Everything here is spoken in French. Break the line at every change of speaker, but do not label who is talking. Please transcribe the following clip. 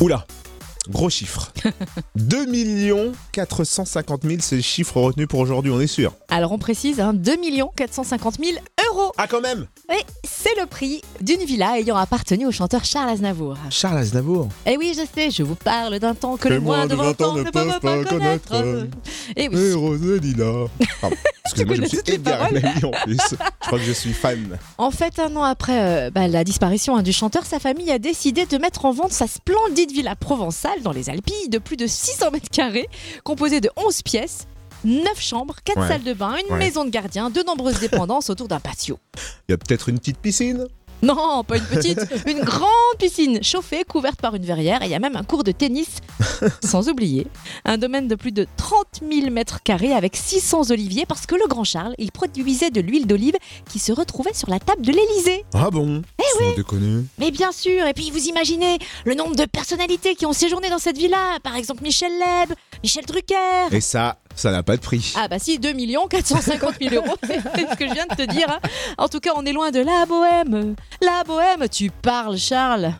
Oula Gros chiffre. 2 450 000, c'est le chiffre retenu pour aujourd'hui, on est sûr.
Alors on précise, hein, 2 450 000 euros.
Ah quand même
Et c'est le prix d'une villa ayant appartenu au chanteur Charles Aznavour.
Charles Aznavour
Et oui, je sais, je vous parle d'un temps que les moins de 20 ans ne peuvent pas connaître. Et oui,
Et Rose Lila. Pardon. Excusez-moi, je me suis
connais toutes les
égaré la vie en plus. Je crois que je suis fan.
En fait, un an après euh, bah, la disparition hein, du chanteur, sa famille a décidé de mettre en vente sa splendide villa provençale dans les Alpilles de plus de 600 mètres carrés, composée de 11 pièces, 9 chambres, 4
Ouais.
salles de bain, une
Ouais.
maison de gardien, de nombreuses dépendances autour d'un patio.
Il y a peut-être une petite piscine
Non, pas une petite, une grande piscine chauffée, couverte par une verrière, et il y a même un cours de tennis, sans oublier. Un domaine de plus de 30 000 mètres carrés avec 600 oliviers, parce que le grand Charles, il produisait de l'huile d'olive qui se retrouvait sur la table de l'Élysée.
Ah bon Eh oui
Mais bien sûr, et puis vous imaginez le nombre de personnalités qui ont séjourné dans cette villa, par exemple Michel Leb, Michel Drucker.
Et ça, ça n'a pas de prix.
Ah bah si, 2 450 000 euros, c'est ce que je viens de te dire. hein. En tout cas, on est loin de la bohème. La bohème, tu parles Charles.